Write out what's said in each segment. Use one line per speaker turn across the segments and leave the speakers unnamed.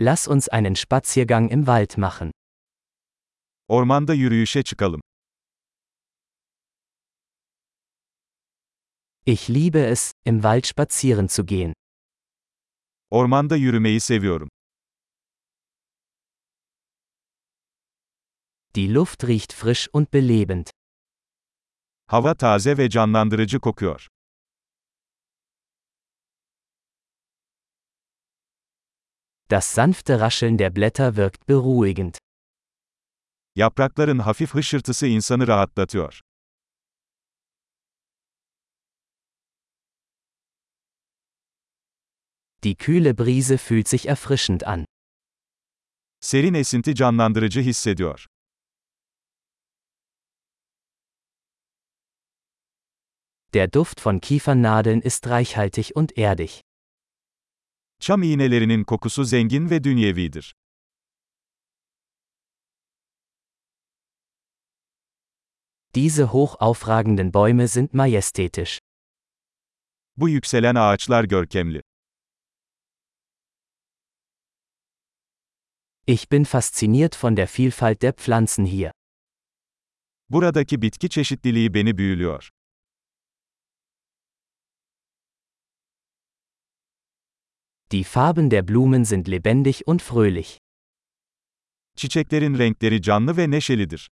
Lass uns einen Spaziergang im Wald machen.
Ormanda yürüyüşe çıkalım.
Ich liebe es, im Wald spazieren zu gehen.
Ormanda yürümeyi seviyorum.
Die Luft riecht frisch und belebend.
Hava taze ve canlandırıcı kokuyor.
Das sanfte Rascheln der Blätter wirkt beruhigend.
Yaprakların hafif hışırtısı insanı rahatlatıyor.
Die kühle Brise fühlt sich erfrischend an.
Serin esinti canlandırıcı hissediyor.
Der Duft von Kiefernadeln ist reichhaltig und erdig.
Çam iğnelerinin kokusu zengin ve dünyevidir.
Diese hoch aufragenden Bäume sind majestätisch.
Bu yükselen ağaçlar görkemli.
Ich bin fasziniert von der Vielfalt der Pflanzen hier.
Buradaki bitki çeşitliliği beni büyülüyor.
Die Farben der Blumen sind lebendig und fröhlich.
Çiçeklerin renkleri canlı ve neşelidir.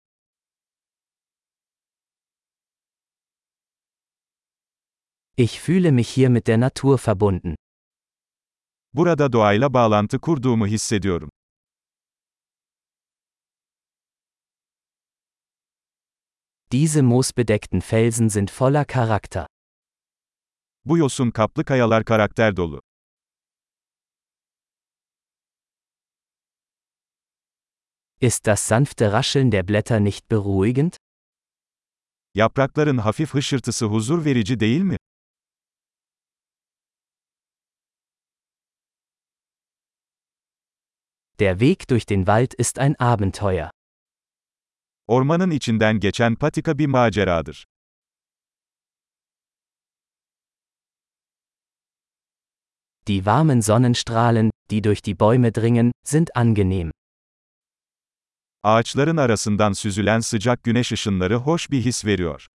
Ich fühle mich hier mit der Natur verbunden.
Burada doğayla bağlantı kurduğumu hissediyorum.
Diese moosbedeckten Felsen sind voller Charakter.
Bu yosun kaplı kayalar karakter dolu.
Ist das sanfte Rascheln der Blätter nicht beruhigend?
Yaprakların hafif hışırtısı huzur verici değil mi?
Der Weg durch den Wald ist ein Abenteuer.
Ormanın içinden geçen patika bir maceradır.
Die warmen Sonnenstrahlen, die durch die Bäume dringen, sind angenehm.
Ağaçların arasından süzülen sıcak güneş ışınları hoş bir his veriyor.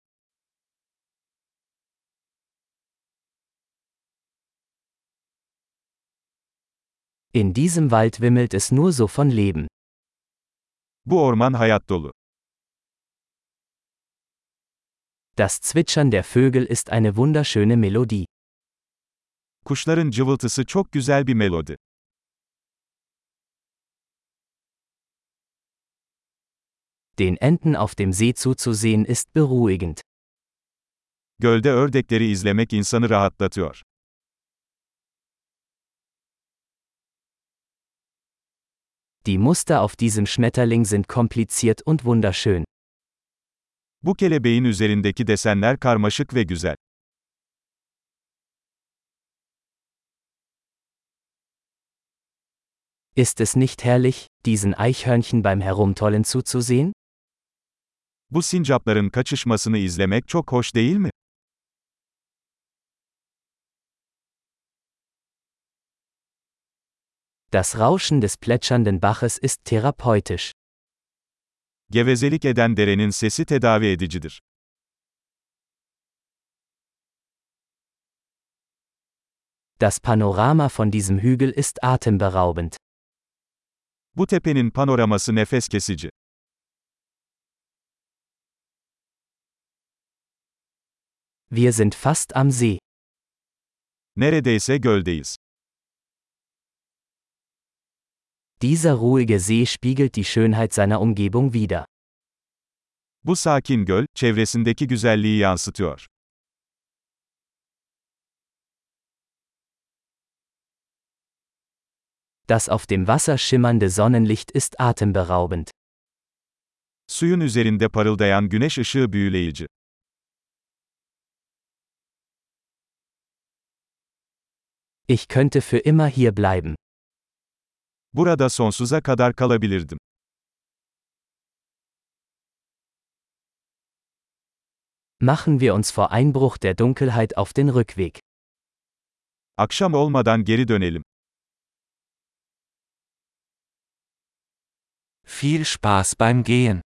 In diesem Wald wimmelt es nur so von Leben.
Bu orman hayat dolu.
Das Zwitschern der Vögel ist eine wunderschöne Melodie.
Kuşların cıvıltısı çok güzel bir melodi.
Den Enten auf dem See zuzusehen ist beruhigend.
Gölde ördekleri izlemek insanı rahatlatıyor.
Die Muster auf diesem Schmetterling sind kompliziert und wunderschön.
Bu kelebeğin üzerindeki desenler karmaşık ve güzel.
Ist es nicht herrlich, diesen Eichhörnchen beim Herumtollen zuzusehen?
Bu sincapların kaçışmasını izlemek çok hoş değil mi?
Das Rauschen des plätschernden Baches ist therapeutisch.
Gevezelik eden derenin sesi tedavi edicidir.
Das Panorama von diesem Hügel ist atemberaubend.
Bu tepenin panoraması nefes kesici.
Wir sind fast am See.
Neredeyse göldeyiz.
Dieser ruhige See spiegelt die Schönheit seiner Umgebung wider.
Bu sakin göl, çevresindeki güzelliği yansıtıyor.
Das auf dem Wasser schimmernde Sonnenlicht ist atemberaubend.
Suyun üzerinde parıldayan güneş ışığı büyüleyici.
Ich könnte für immer hier bleiben.
Burada sonsuza kadar kalabilirdim.
Machen wir uns vor Einbruch der Dunkelheit auf den Rückweg.
Akşam olmadan geri dönelim.
Viel Spaß beim Gehen.